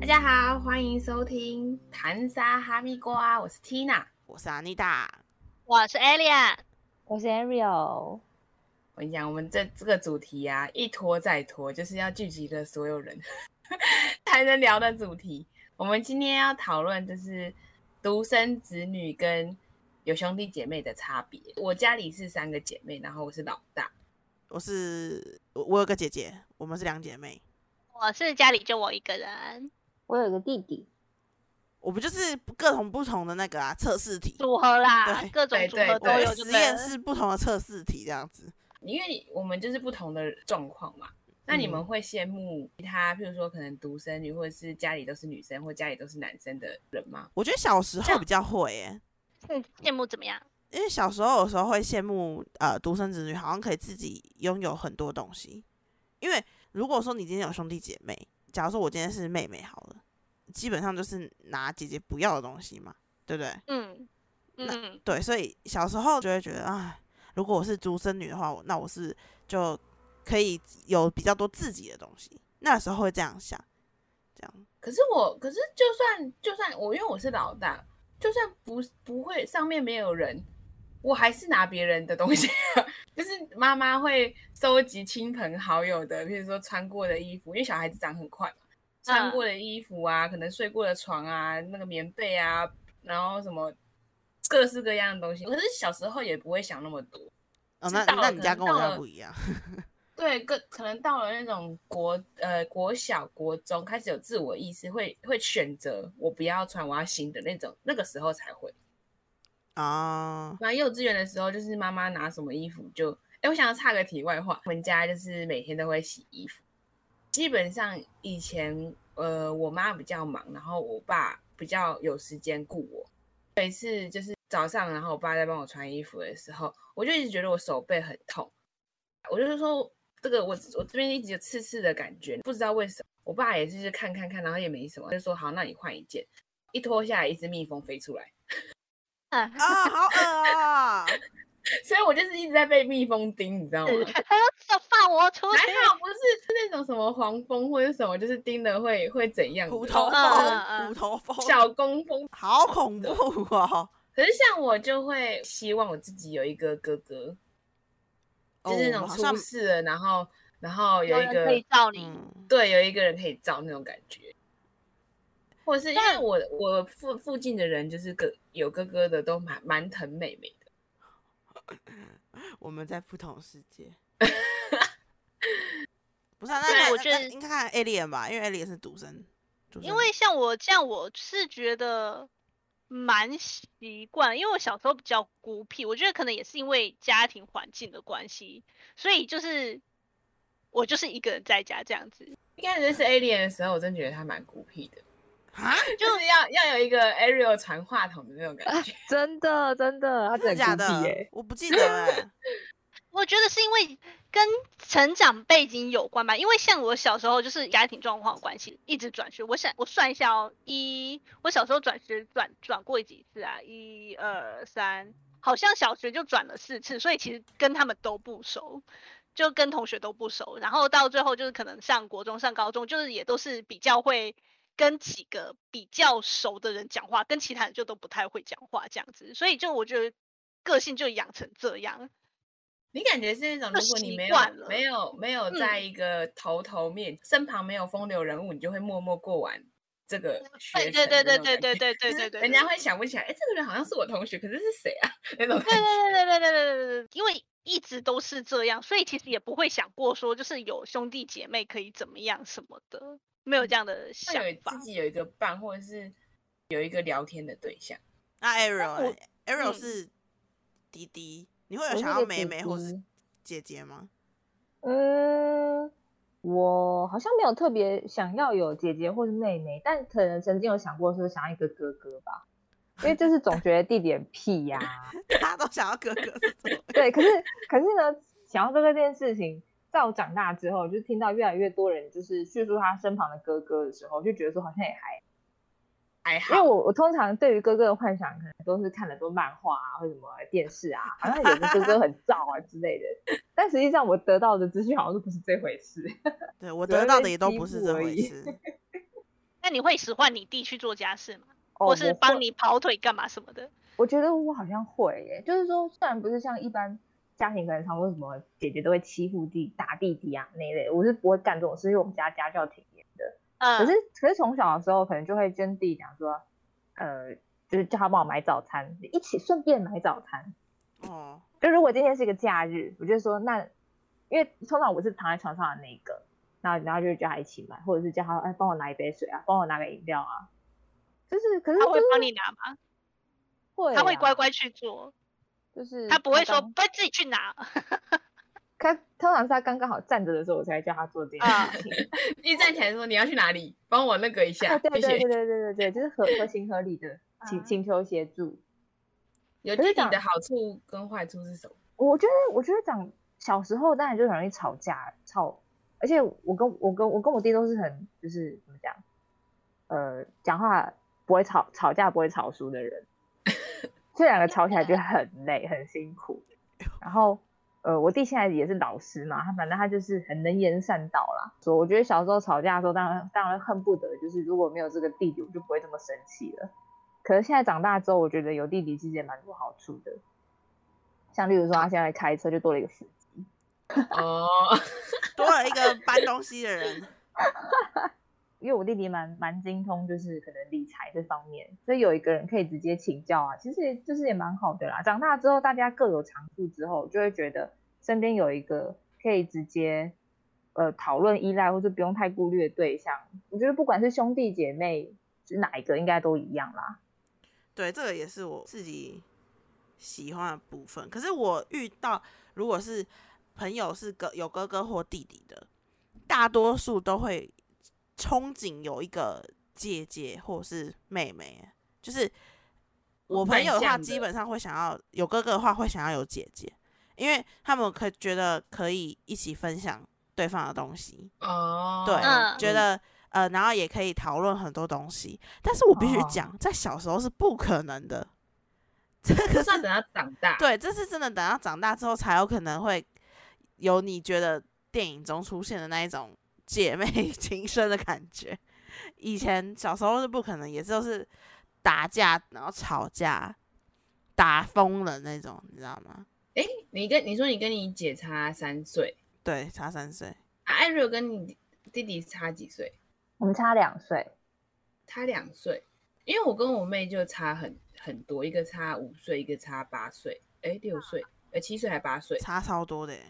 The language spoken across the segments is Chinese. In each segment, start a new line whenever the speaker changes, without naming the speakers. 大家好，欢迎收听《谈沙哈密瓜》，我是 Tina。
我是阿妮达，
我是 Alia，
我是 Ariel，
我跟你讲，我们这这个主题啊，一拖再拖，就是要聚集了所有人 才能聊的主题。我们今天要讨论就是独生子女跟有兄弟姐妹的差别。我家里是三个姐妹，然后我是老大。
我是我我有个姐姐，我们是两姐妹，
我是家里就我一个人，
我有个弟弟，
我们就是各种不同的那个啊测试题，
组合啦
对，
各种
对
组
对
合都
对
有，
实
对
验
了
室不同的测试题这样子。
因为我们就是不同的状况嘛。那你们会羡慕其他，譬如说可能独生女，或者是家里都是女生，或家里都是男生的人吗？
我觉得小时
这
候
样
比较会耶，
嗯羡慕怎么样？
因为小时候有时候会羡慕呃独生子女好像可以自己拥有很多东西，因为如果说你今天有兄弟姐妹，假如说我今天是妹妹好了，基本上就是拿姐姐不要的东西嘛，对不对？
嗯嗯，
对，所以小时候就会觉得啊，如果我是独生女的话，我那我是就可以有比较多自己的东西。那时候会这样想，这样
可是我，可是就算就算我，因为我是老大，就算不不会上面没有人，我还是拿别人的东西， 就是妈妈会收集亲朋好友的，比如说穿过的衣服，因为小孩子长很快嘛，穿过的衣服啊，可能睡过的床啊，那个棉被啊，然后什么各式各样的东西。可是小时候也不会想那么多，
哦，
知
那
道
那
了
你
可
家
能
跟我
到
家
了
不一样，
对，跟可能到了那种国呃国小、国中开始有自我意识，会会选择我不要穿，我要新的那种，那个时候才会。
啊、
然后幼稚园的时候，就是妈妈拿什么衣服就，哎，我想要插个题外话，我们家就是每天都会洗衣服，基本上以前呃我妈比较忙，然后我爸比较有时间顾我。每次就是早上，然后我爸在帮我穿衣服的时候，我就一直觉得我手背很痛，我就是说这个我我这边一直有刺刺的感觉，不知道为什么。我爸也是就是看看看，然后也没什么，就说好，那你换一件。一脱下来，一只蜜蜂飞出来。
啊，
啊，好恶啊、
所以我就是一直在被蜜蜂叮，你知道
哎
吗？
要放我出去
还，好不是是那种什么黄蜂或者什么，就是叮了会会怎样的
虎头
嗯
蜂，
嗯
虎头蜂，
小工蜂。
好恐怖 哦！
可是像我就会希望我自己有一个哥哥，
哦
就是那
我
种
好像
出事了，然后然后有一
人可
个
以罩你，
嗯，
对有一个人可以照那种感觉。或者是因为我我附附近的人就是哥有哥哥的都蛮蛮疼妹妹的，
我们在不同世界。 不是、啊，那
对
那
我
那
觉
那
得
应该看 Alien 吧，因为 Alien 是独生，独
因
生
为像我这样，我是觉得蛮习惯，因为我小时候比较孤僻，我觉得可能也是因为家庭环境的关系，所以就是我就是一个人在家这样子，
一开始认识 Alien 的时候，我真觉得他蛮孤僻的，
啊，
就是要要有一个 Ariel 传话筒的那种感觉。
真的真的，他
真的
真的
假
很孤僻欸
的
耶？，
我不记得哎、
我觉得是因为跟成长背景有关吧，因为像我小时候就是家庭状况有关系，一直转学。我想我算一下哦，一我小时候转学转转过几次啊？一二三，好像小学就转了四次，所以其实跟他们都不熟，就跟同学都不熟。然后到最后就是可能上国中、上高中，就是也都是比较会。跟几个比较熟的人讲话，跟其他人就都不太会讲话这样子，所以就我觉得个性就养成这样。
你感觉是那种，
就
如果你
习
没有
惯了嗯
没有没有在一个头头面、身旁没有风流人物，你就会默默过完这个学
哎对
程
对对
的那
对
种感
对对
觉
对对
就是
对对，
人家会想不起来，哎，这个人好像是我同学，可是是谁啊？ 那种感
对
觉。
对对对对对对对，因为一直都是这样，所以其实也不会想过说就是有兄弟姐妹可以怎么样什么的，没有这样的想
会有
法
自。己有一个伴，或者是有一个聊天的对象。
那 Ariel
我
欸、Ariel
嗯
是弟弟，你会
我
有
是
想要
个
妹
弟
妹或是
弟
姐姐吗？
嗯，我好像没有特别想要有姐姐或是妹妹，但可能曾经有想过说想要一个哥哥吧，因为就是总觉得弟弟很屁呀、
大家都想要哥哥是怎 么
对，可是可是呢，想要哥哥这件事情，在我长大之后，就听到越来越多人就是叙述他身旁的哥哥的时候，就觉得说好像也还
还
因
哎
为
好，
我我通常对于哥哥的幻想，可能都是看很多漫画啊，或者什么电视啊，好像有的哥哥很燥啊之类的。但实际上我得到的资讯好像都不是这回事。
对我
主要
得到
被
的也都
欺
不是
负
这
而
回
已
事。
那你会使唤你弟去做家事吗？
哦，
或是
我
帮
会
你跑腿干嘛什么的？
我觉得我好像会耶，就是说，虽然不是像一般家庭可能常说什么姐姐都会欺负弟打弟弟啊那一类，我是不会干这种事，因为我们家家教挺严的。
嗯，
可是可是从小的时候，可能就会跟弟弟讲说，呃，就是叫他帮我买早餐，一起顺便买早餐。
哦，
就如果今天是一个假日，我就说那，因为通常我是躺在床上的那一个，然后然后就叫他一起买，或者是叫他哎帮我拿一杯水啊，帮我拿个饮料啊。就是，可是
他
就
会
是
帮你拿吗？
会、啊
他会乖，乖去做，
就是
他不会说
刚
不会自己去拿。
他通常是他刚刚好站着的时候，我才叫他做这件
啊
事情。
一站起来说你要去哪里，帮我那个一下，
啊， 对
谢
对对
谢。
对对对对，就是合合情合理的请
啊
请求协助。
有
可
弟
是
弟
讲
的好处跟坏处是什么？
我觉得我觉得讲小时候当然就很容易吵架吵，而且我跟我跟我跟我弟都是很就是怎么讲，呃，讲话不会吵吵架不会吵输的人，这两个吵起来就很累很辛苦。然后呃，我弟现在也是老师嘛，他反正他就是很能言善道啦。所以我觉得小时候吵架的时候，当然当然恨不得就是如果没有这个弟弟，我就不会这么生气了。可是现在长大之后，我觉得有弟弟其实也蛮多好处的，像例如说他现在开车就多了一个司机，
哦，
多了一个搬东西的人，
因为我弟弟蛮蛮精通，就是可能理财这方面，所以有一个人可以直接请教啊，其实也就是也蛮好的啦。长大之后大家各有长处之后，就会觉得身边有一个可以直接呃讨论依赖或是不用太顾虑的对象，我觉得不管是兄弟姐妹是哪一个，应该都一样啦。
对，这个也是我自己喜欢的部分。可是我遇到如果是朋友是哥有哥哥或弟弟的，大多数都会憧憬有一个姐姐或是妹妹，就是我朋友
蛮
的话，
像的
基本上会想要有哥哥的话会想要有姐姐，因为他们可觉得可以一起分享对方的东西，
哦，
对，
嗯
觉得呃，然后也可以讨论很多东西。但是我必须
哦
讲，在小时候是不可能的，这
可
个
是要
是
等他长大，
对，这是真的，等到长大之后才有可能会有你觉得电影中出现的那一种姐妹 情深的感觉。以前小时候是不可能，也就是打架，然后吵架，打疯了那种，你知道吗？
哎你跟你说你跟你姐差三岁，
对，差三岁，
啊艾瑞跟你弟弟差几岁？
我们差两岁，
差两岁，因为我跟我妹就差很很多，一个差五岁，一个差八岁，哎，六岁，呃，七岁还八岁，
差超多的耶。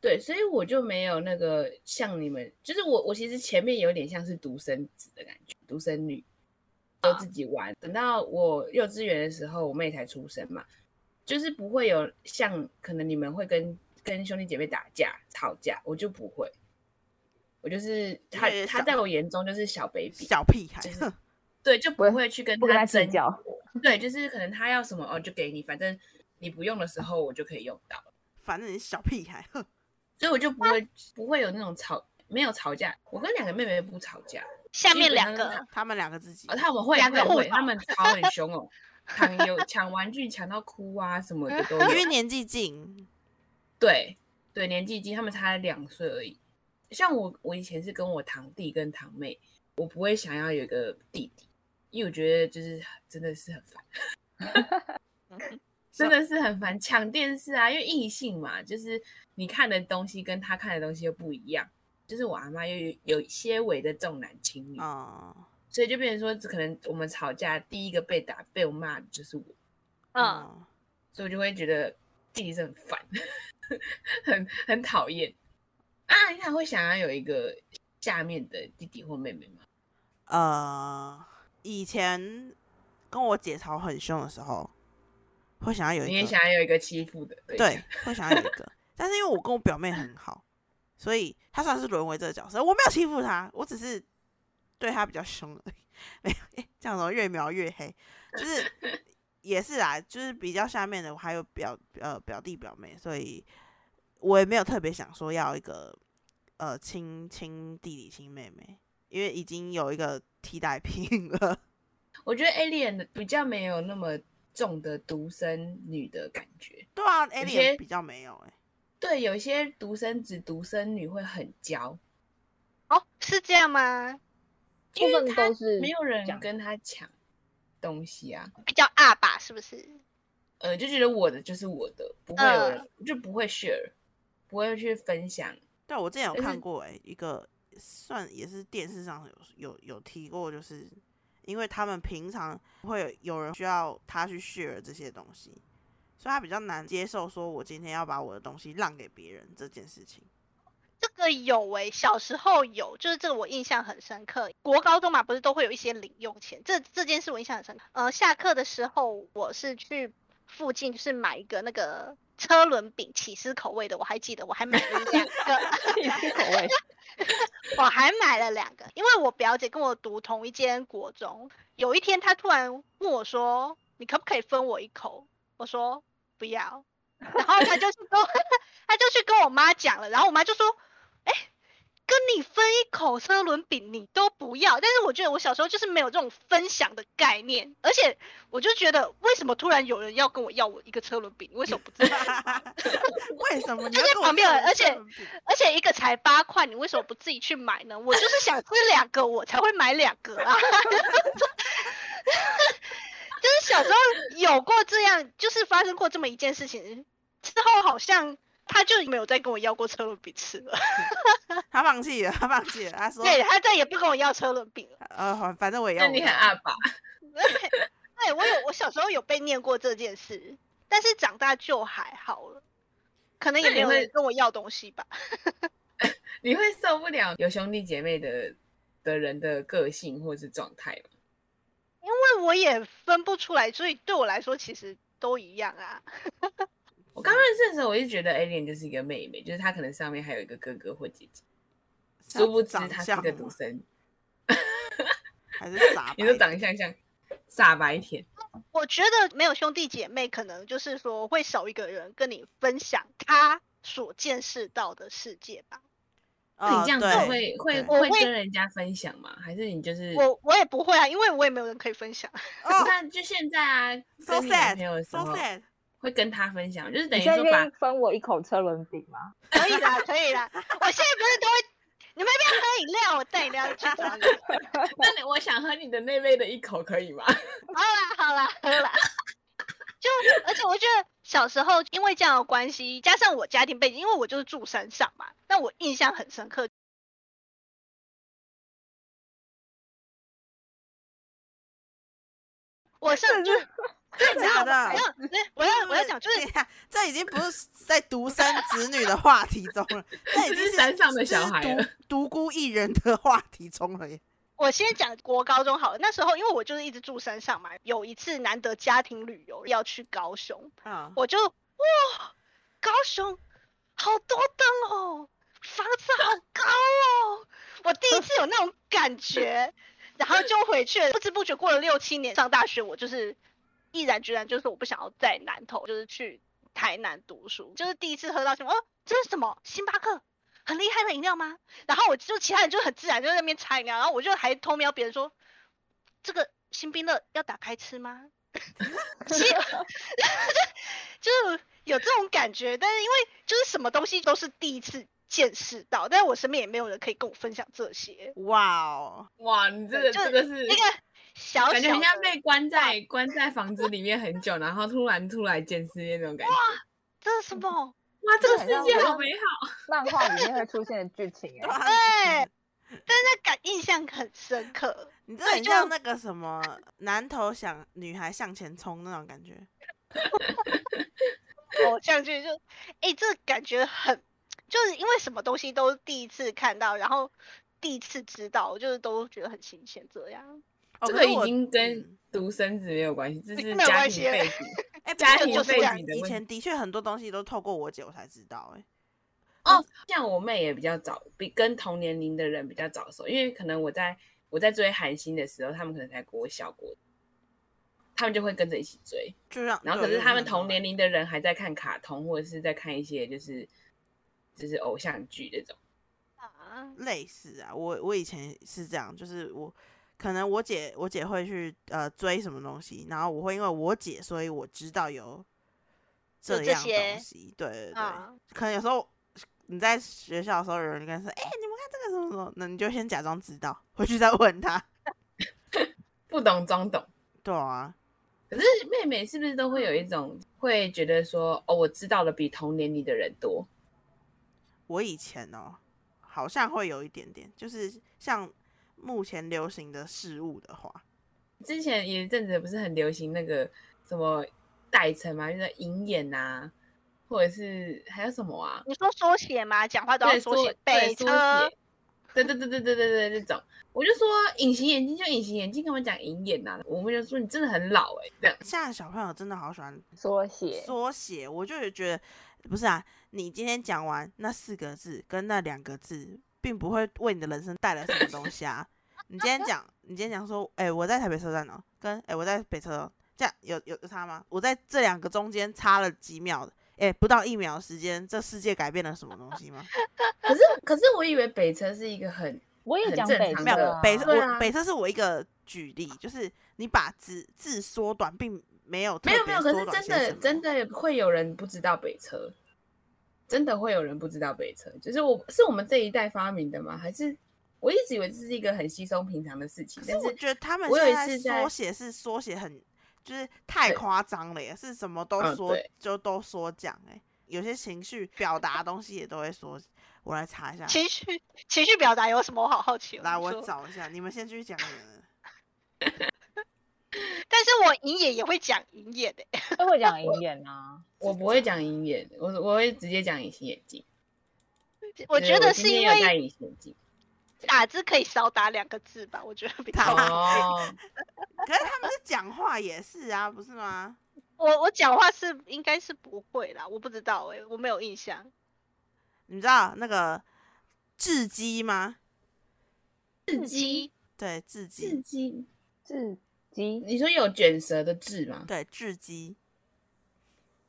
对，所以我就没有那个像你们，就是我我其实前面有点像是独生子的感觉，独生女，
啊
都自己玩。等到我幼稚园的时候，我妹才出生嘛，就是不会有像可能你们会跟跟兄弟姐妹打架吵架，我就不会。我就是她
因为，
她
小
在我眼中就是小 baby，
小屁孩，
就是
哼
对，就不
不
会去跟
不跟
她
他计
争
较。
对，就是可能他要什么哦，就给你，反正你不用的时候我就可以用到，
反正你是小屁孩，哼
所以我就不会不会有那种吵，没有吵架。我跟两个妹妹不吵架，
下面
基
两
本上
个
他们两个自己
哦，他们会
两个
会
互
会，他
吵
们吵很凶 哦，抢有抢玩具抢到哭啊什么的都有
因为年纪近，
对对，年纪近，他们才两岁而已。像我，我以前是跟我堂弟跟堂妹，我不会想要有一个弟弟，因为我觉得就是真的是很烦。真的是很烦，抢电视啊，因为异性嘛，就是你看的东西跟他看的东西又不一样。就是我阿妈又有有些微的重男轻女，
啊、
所以就变成说，可能我们吵架，第一个被打被我骂的就是我，
嗯，
嗯，
所以我就会觉得弟弟是很烦， 很很讨厌啊。你看会想要有一个下面的弟弟或妹妹吗？
呃，以前跟我姐吵很凶的时候，会想要有
你
一
也
个，
想要有一个欺负的对象
对，会想要有一个。但是因为我跟我表妹很好，所以她算是沦为这个角色。我没有欺负她，我只是对她比较凶而已。 没有，诶这样怎么越描越黑？就是 也是啦，就是比较下面的，我还有表呃表弟表妹，所以我也没有特别想说要一个呃亲亲弟弟亲妹妹，因为已经有一个替代品了。
我觉得 Alien 的比较没有那么重的独生女的感觉。
对啊，A
些
脸比较没有哎、
对，有一些独生子、独生女会很娇，
哦，是这样吗？
因
部
为
分
他
都是
没有人
讲
跟他抢东西啊，
比较二吧，是不是？
呃，就觉得我的就是我的，不会有人、
嗯
就不会 share，不会去分享。
对，我之前有
就是
看过、欸，一个算也是电视上有有有提过，就是因为他们平常会有有人需要他去 share 这些东西，所以他比较难接受说我今天要把我的东西让给别人这件事情。
这个有诶、小时候有，就是这个我印象很深刻。国高中嘛，不是都会有一些零用钱，这这件事我印象很深刻。呃，下课的时候我是去附近就是买一个那个车轮饼，起司口味的，我还记得，我还买了两个。
你是 口味，
我还买了两个，因为我表姐跟我读同一间国中。有一天，她突然问我说：“你可不可以分我一口？”我说：“不要。”然后她就去跟我她就去跟我妈讲了，然后我妈就说：“哎、跟你分一口车轮饼你都不要。”但是我觉得我小时候就是没有这种分享的概念，而且我就觉得为什么突然有人要跟我要我一个车轮饼？为什么不自己买？
为什么你
就
要
在
跟我
旁边
这
有
样
而
子
且
分比
而且一个才八块，你为什么不自己去买 呢？我就是想吃两个，我才会买两个 啊。就是小时候有过这样，就是发生过这么一件事情之后，好像他就没有再跟我要过车轮饼吃了。
他放弃了，他放弃了，他说
对他再也不跟我要车轮饼 了。
呃，反正我也要
那
我
你
的
很啊阿爸，
对哎我有，我小时候有被念过这件事，但是长大就还好了，可能也
那
没
你
有
会
人跟我要东西吧。
你会受不了有兄弟姐妹的的人的个性或是状态吗？
因为我也分不出来，所以对我来说其实都一样啊。
我
嗯
刚认识的时候，我就觉得 Alien 就是一个妹妹，就是她可能上面还有一个哥哥或姐姐，
像
殊不知
长
她是
相
个
吗
独生。，
还是傻
你说
白
长相像傻白甜，
我觉得没有兄弟姐妹，可能就是说会少一个人跟你分享他所见识到的世界吧。
那
哦
你这样子
对
会会
对
我
会
会
跟人家分享吗？还是你就是
我我也不会啊，因为我也没有人可以分享。
哦
那就现在啊，
，so
跟你男朋友的时
sad，so
候
sad，
会跟他分享，就是等
你
于
现在
说
愿
把
意分我一口车轮饼 吗？
可以啦，可以啦。我现在不是都会，你们要不要喝饮料？我带饮料去找你。
那你我想喝你的那杯的一口可以吗？
好啦好啦喝啦。就而且我觉得小时候因为这样的关系，加上我家庭背景，因为我就是住山上嘛，那我印象很深刻。我上就是
真的假
我
的？
要我要我要讲，就是
等一下，这已经不是在独生子女的话题中了，这已
这
经
是山上的小孩
这
了
是独独孤一人的话题中了耶。
我先讲国高中好了，那时候因为我就是一直住山上嘛，有一次难得家庭旅游要去高雄，
啊，
我就哇，高雄好多灯哦，房子好高哦，我第一次有那种感觉，然后就回去了，不知不觉过了六七年，上大学我就是毅然决然，就是我不想要在南投，就是去台南读书，就是第一次喝到什么哦，这是什么星巴克。很厉害的饮料吗？然后我就其他人就很自然就在那边猜饮料，然后我就还偷瞄别人说，这个新冰乐要打开吃吗？其实就是有这种感觉，但是因为就是什么东西都是第一次见识到，但是我身边也没有人可以跟我分享这些，
哇哦，
哇，你这个
就
这个是
那个小小
感觉很像
的
被关在关在房子里面很久，然后突然出来见世面那种感觉。
这是什么？
哇，这个
很
世
像
界
我
好
像
美好！
漫画里面会出现的剧情
嗯
对
哎、
啊，
对，但是那感印象很深刻。
你这很
对就
像那个什么男头想女孩向前冲那种感觉。
偶像剧就，哎、这感觉很，就是因为什么东西都第一次看到，然后第一次知道，就是都觉得很新鲜这样。
哦
这
可
个
是
已
我
经跟
嗯
独生子没有关系，这
没
是
有
家
关
庭
系
背景。
哎，不
家
过
庭
我
背
这样
景的
以
问
前的确很多东西都透过我姐我才知道，哎，
哦，像我妹也比较早，比跟同年龄的人比较早熟，因为可能我在我在追韩星的时候，他们可能才国小国，他们就会跟着一起追。
就让
然后可
对
是
就
他们
让
同年龄的人还在看卡通，或者是在看一些就是就是偶像剧这种。
啊，
类似啊，我我以前是这样，就是我可能我姐我姐会去呃追什么东西，然后我会因为我姐，所以我知道有
有
这
这
样
些
东西，对对对，
啊
可能有时候你在学校的时候，有人跟你说：“哎、你们看这个什么什么”，那你就先假装知道，回去再问他。
不懂装懂。
对啊，
可是妹妹是不是都会有一种会觉得说，哦，我知道的比同年龄的人多，
我以前哦，好像会有一点点，就是像目前流行的事物的话，
之前有一阵子不是很流行那个什么代称嘛，就是银眼啊，或者是还有什么啊？
你说缩写吗？讲话都要
对，
缩
缩
写，
对
北
缩
车
写，对对对对对对对，这种。我就说隐形眼镜就隐形眼镜，干嘛讲银眼呐、啊？我们就说你真的很老哎、这样
现在小朋友真的好喜欢
缩写，
缩写，我就是觉得不是啊，你今天讲完那四个字跟那两个字，并不会为你的人生带来什么东西啊。你今天讲，你今天讲说，哎、我在台北车站哦，跟哎、我在北车哦，这样有有有差吗？我在这两个中间差了几秒的，哎、不到一秒的时间，这世界改变了什么东西吗？
可是可是我以为北车是一个很
我也
很
讲
正
北
常
没
的
车
有
啊
北车，
对
我
啊
北车是我一个举例，就是你把字字缩短，并没有
没有没有，可是真的真
的
的会有人不知道北车，真的会有人不知道北车，就是我是我们这一代发明的吗？还是我一直以为这是一个很稀松平常的事情，
可是
但
我
是
觉得他们
我有
现
一
在
次
缩
在
写是缩写很，就是太
对
夸张了耶，是什么都
嗯
说、
对
就都说讲哎，有些情绪表达的东西也都会说。我来查一下，
情绪情绪表达有什么？我好好奇哦。
来
你
我
说
找一下，你们先继续讲你们的。
但是我银眼也会讲银眼的、
都会讲银眼 啊，
我不会讲银眼，我我会直接讲隐形眼镜。
我
就是
觉得
今
是
天
因
有
为
戴隐形眼 镜
打字可以少打两个字吧，我觉得比较
打
好。
哦，
可是他们是讲话也是啊，不是吗？
我我讲话是应该是不会啦，我不知道哎、我没有印象。
你知道那个雉鸡吗？
刺激
对，
刺
雉鸡，
激，
自己
你说有卷舌的字吗？
对，雉鸡。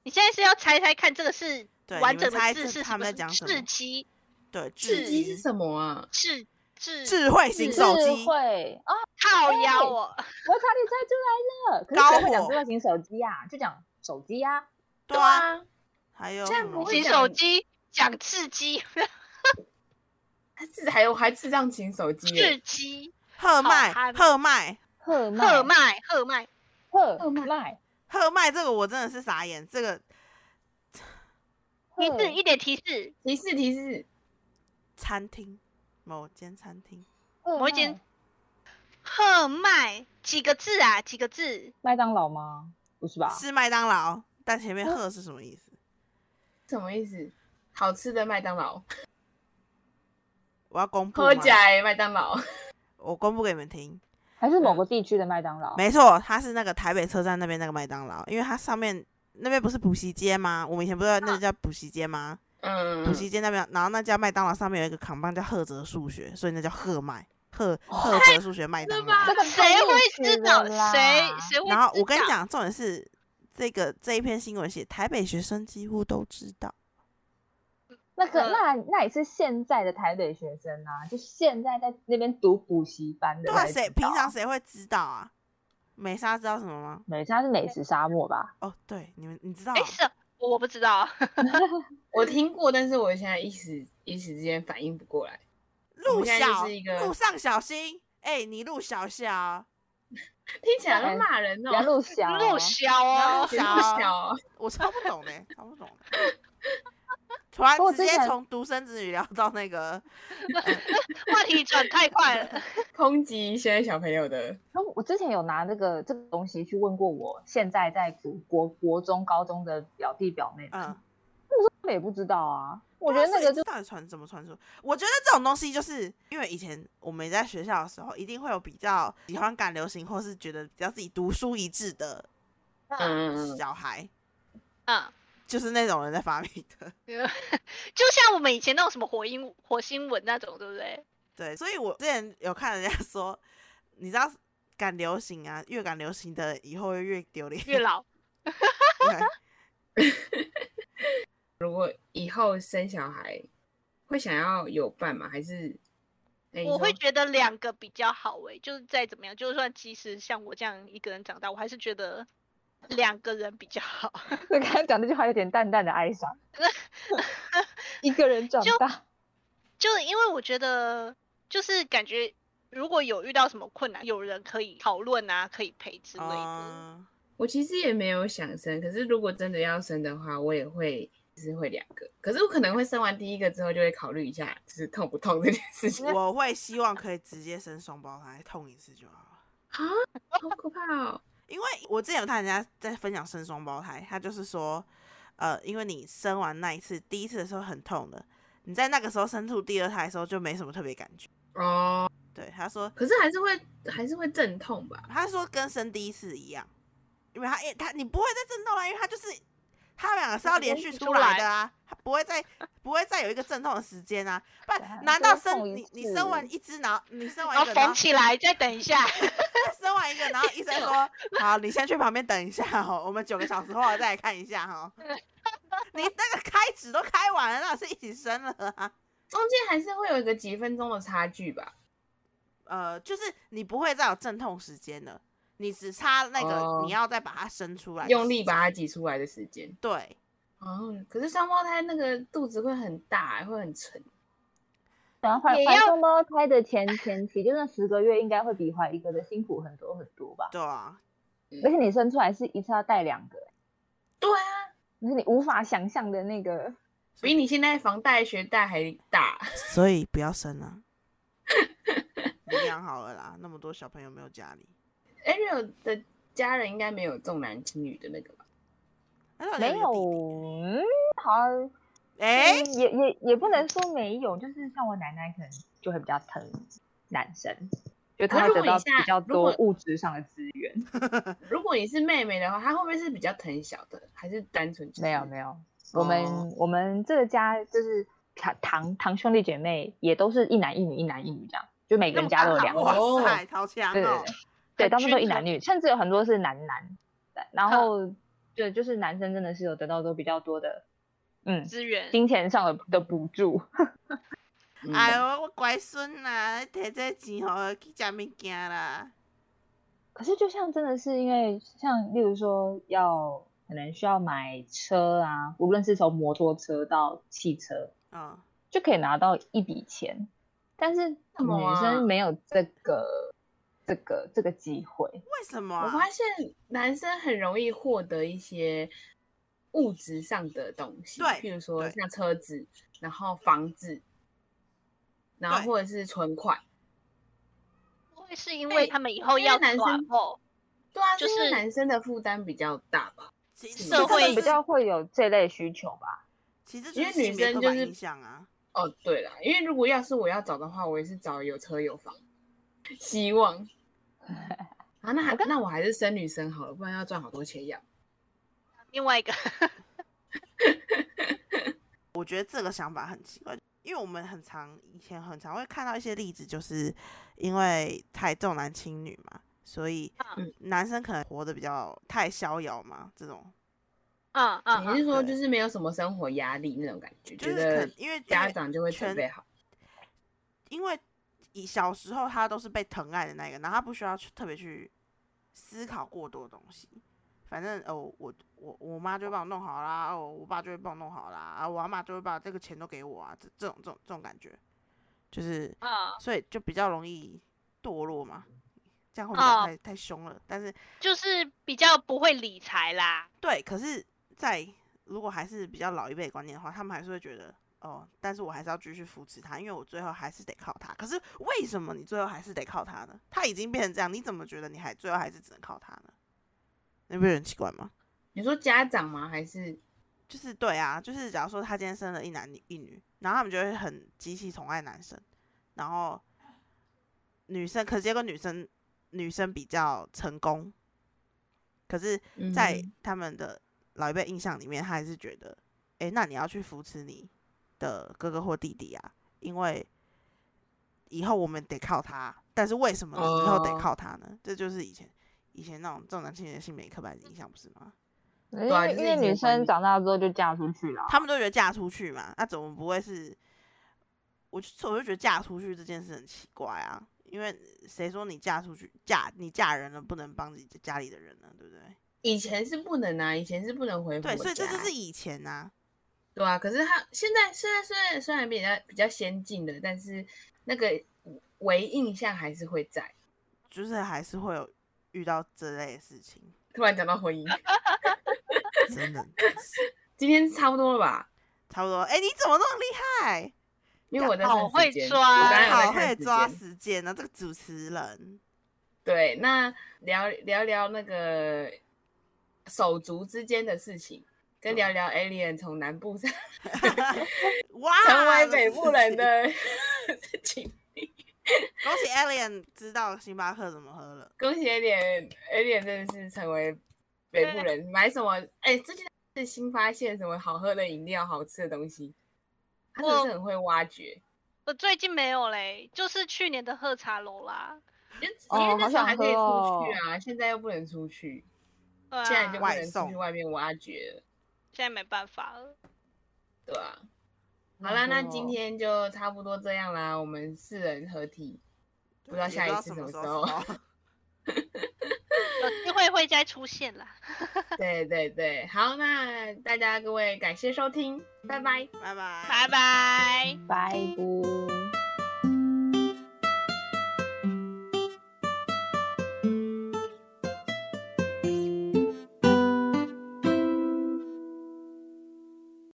你现在是要猜猜看这个是
对
完
你们
整的
猜
字
这
是
他们
什么？
在讲什么
智机
对，智
刺激
机
是什么啊？
智智
智慧型
智
手机，
慧啊，
靠腰哦，
我差点猜出来了。可
高
是谁会讲
火
智慧型手机啊？就讲手机啊，
对啊，
啊，
还有
这样
什
不
么
会
请
讲
手机讲智机
他智还有还智障型手机欸耶
智，机
赫
好
麦
憨
赫麦
赫麦
赫麦赫
哦
麦
赫
赫麦
麦，
赫麦，这个我真的是傻眼，这个
提
赫
示一点提示，
提示提示，
餐厅某间餐厅
赫
某一间
麦
赫麦几个字啊？几个字？
麦当劳吗？不是吧？
是麦当劳，但前面赫是什么意思？
什么意思？好吃的麦当劳，
我要公布
喝
吗？
假的麦当劳，
我公布给你们听，
还是某个地区的麦当劳？
没错，它是那个台北车站那边那个麦当劳，因为它上面那边不是补习街吗？我们以前不是那叫补习街吗？
嗯，
补习街那边，然后那家麦当劳上面有一个扛棒叫赫哲数学，所以那叫赫麦赫赫哲数学麦当劳。
吧
这个
谁
太
会
幼
知
稚
道？
了啦
谁谁会知道？
然后我跟你讲，重点是这个这一篇新闻写台北学生几乎都知道，
那个
呃
那那也是现在的台北学生啊，就现在在那边读补习班的
对
才
啊，
知道啊，
谁平常谁会知道啊？美莎知道什么吗？
美莎是美食沙漠吧？
哦，对，你们你知道
哎，是我我不知道，啊
我听过，但是我现在一时一时之间反应不过来。我
陆
们现在就
小
是一个
路上小心，哎、你陆小小，
听起来都骂人
不要
哦，
录小
陆
哦
骁
然 后
哦，
真
小
不小哦，
我超不懂的、超不懂的。突然
我
直
之
接
前
从独生子女聊到那个，
话题转太快 了。
抨击现在小朋友的，
然后我之前有拿这个这个东西去问过我现在在读国国中、高中的表弟表妹们，
嗯，
他们也不知道啊。 我觉
对啊
得那
所以
个就
到底传怎么传出？我觉得这种东西就是因为以前我们在学校的时候，一定会有比较喜欢赶流行，或是觉得比较自己独树一帜的
嗯
嗯，
小孩，
嗯，
就是那种人在发明的。
就像我们以前那种什么火星火星文那种，对不对？
对，所以我之前有看人家 说，你知道赶流行啊，越赶流行的以后会越丢 脸。
月 老
对
以后生小孩会想要有伴吗？还是？哎你
我会
说
觉得两个比较好诶、就是再怎么样，就算即使像我这样一个人长大，我还是觉得两个人比较好。
刚刚讲这句话有点淡淡的哀伤。一个人长
就
大，
就因为我觉得，就是感觉如果有遇到什么困难，有人可以讨论啊，可以陪之类的。
哦
啊，
我其实也没有想生，可是如果真的要生的话，我也会就是会两个，可是我可能会生完第一个之后就会考虑一下，就是痛不痛这件事情
我会希望可以直接生双胞胎，痛一次就好了。
啊，好可怕哦！
因为我之前有看人家在分享生双胞胎，他就是说，呃，因为你生完那一次，第一次的时候很痛的，你在那个时候生出第二胎的时候就没什么特别感觉。
哦，
对，他说，
可是还是会还是会阵痛吧？
他说跟生第一次一样，因为他也他你不会再震动啊了，因为他就是他们两个是要连续出来的啊，他不会再不会再有一个阵痛的时间啊。不
对啊
然，难
就
道
是痛
生
一
你你
次
生完一只，然后你生
然
完一
后
个，然
缝
后
起来，再等一下。
生完一个，然后医生说：“好，你先去旁边等一下哦，我们九个小时后再来看一下哈、哦。”你那个开指都开完了，那是一起生了啊。
中间还是会有一个几分钟的差距吧？
呃，就是你不会再有阵痛时间了，你只差那个、
哦
你要再把它生出来，
用力把？它挤出来的时间。
对，
哦，可是双胞胎那个肚子会很大，会很沉。
然后怀
也
怀
要
双胞胎的前前期，就那十个月应该会比怀一个的辛苦很多很多吧。
对啊，
而且你生出来是一次要带两个，
对啊，
那是你无法想象的那个。
比你现在房贷学贷还大。
所以不要生啊，领养好了啦，那么多小朋友没有家里，
Ariel 的家人应该没有重男轻女的那个吧？
那哎到底
没
有没
有，
有弟弟？
嗯，好像，
哎、
嗯也也也不能说没有，就是像我奶奶可能就会比较疼男生，就
可
他
是
会
如果
得到
你现在
比较
如果
多物质上的资源。
如果你是妹妹的话，她会不会是比较疼小的，还是单纯、
没有没有， 我们、
哦
我们这个家就是堂堂堂兄弟姐妹也都是一男一女，一男一女这样，就每
那
个人
么
家都有
刚
两
好
个。
哇
哦
塞，超强
对对
哦
对！对，
很
大部分都
均
一男
衡
女，甚至有很多是男男。对然
哼
后对，就是男生真的是有得到都比较多的，嗯，
资源
金钱上的的补助。
嗯？
哎，我我乖孙啦，摕这钱吼去食物件啦。
可是就像真的是因为像例如说要可能需要买车啊，无论是从摩托车到汽车，
哦，
就可以拿到一笔钱，但是
什么
女
啊
生没有这个、这个这个机会。
为什么、
我
啊
发？现男生很容易获得一些物质上的东西，
对
譬如说
对
像车子，然后房子，然后
对
或者是存款。
会是因为他们以后
因为
要
男生
转哦后，
对啊，
就是是
因为男生的负担比较大吧，
其实
社
就他
会
们比较会有这类需求吧？
其实
因为女生就是
影响啊。
哦，对啦，因为如果要是我要找的话，我也是找有车有房，希 望啊，那还那我还是生女生好了，不然要赚好多钱养。
另外一个
我觉得这个想法很奇怪，因为我们很常以前很常会看到一些例子，就是因为太重男轻女嘛，所以
嗯
男生可能活得比较太逍遥嘛，这种
嗯嗯
你
嗯，
是说
对
就是没有什么生活压力那种感觉，
就
觉
是可
得
能因为
家长就会
全
准备好，
因为以小时候他都是被疼爱的那个，然后他不需要去特别去思考过多的东西。反正哦，我我我妈就会帮我弄好啦，哦，我爸就会帮我弄好啦，啊，我阿妈就会把这个钱都给我啊，这这种这种这种感觉，就是
嗯，
所以就比较容易堕落嘛。这样会不会讲
哦
太、太凶了？但是
就是比较不会理财啦。
对，可是在如果还是比较老一辈的观念的话，他们还是会觉得哦，但是我还是要继续扶持他，因为我最后还是得靠他。可是为什么你最后还是得靠他呢？他已经变成这样，你怎么觉得你还最后还是只能靠他呢？你不觉得很奇怪吗？
你说家长吗？还是
就是对啊，就是假如说他今天生了一男一女，然后他们就会很极其宠爱男生，然后女生，可是结果女生女生比较成功，可是
嗯，
在他们的老一辈印象里面，他还是觉得，诶，那你要去扶持你的哥哥或弟弟啊，因为以后我们得靠他。但是为什么你以后得
哦
靠他呢？这就是以前以前那种重男轻女的性别刻板印象，不是吗？
因
啊
为
就是
因为
以前
女
的观
生
念
长大之后就嫁出去了啊，
他们都觉得嫁出去嘛，那怎么不会是？我就我就觉得嫁出去这件事很奇怪啊，因为谁说你嫁出去嫁你嫁人了不能帮自己家里的人呢？对不对？
以前是不能啊，以前是不能回
对，
婆
所以这就
家
是以前啊，
对啊，可是他现在虽然虽然虽然比较比较先进了，但是那个唯印象还是会在。
就是还是会有遇到这类的事情，
突然讲到婚姻，
真的
今天差不多了吧？
差不多。哎、你怎么那么厉害？
因为我在看
好
时
会
间，
抓
我刚刚有在
好
看
会
时
抓
间
时间啊呢，这个主持人。
对，那聊聊聊那个手足之间的事情，跟
嗯
聊聊 Alien 从南部 上
哇！哦
成为北部人的事情。
恭喜 Alien 知道星巴克怎么喝了。
恭喜 Alien Alien 真的是成为北部人，买什么？哎、最近是新发现什么好喝的饮料、好吃的东西，他真的
我
是很会挖掘。
我呃最近没有嘞，就是去年的喝茶楼啦。
因为
哦
因为那时候
好想
还可以出
喝哦
去啊，现在又不能出去，
对啊，
现在就不
外
能出
送
去外面挖掘了，
现在没办法了。
对啊。好啦，那今
哦
天就差不多这样啦，我们四人合体， 不知道
也
下一次
什
什么
时
时
候
候。
收。
有机会会再出现啦，
对对对，好，那大家各位感谢收听，拜拜。
拜拜，
拜拜。
拜拜。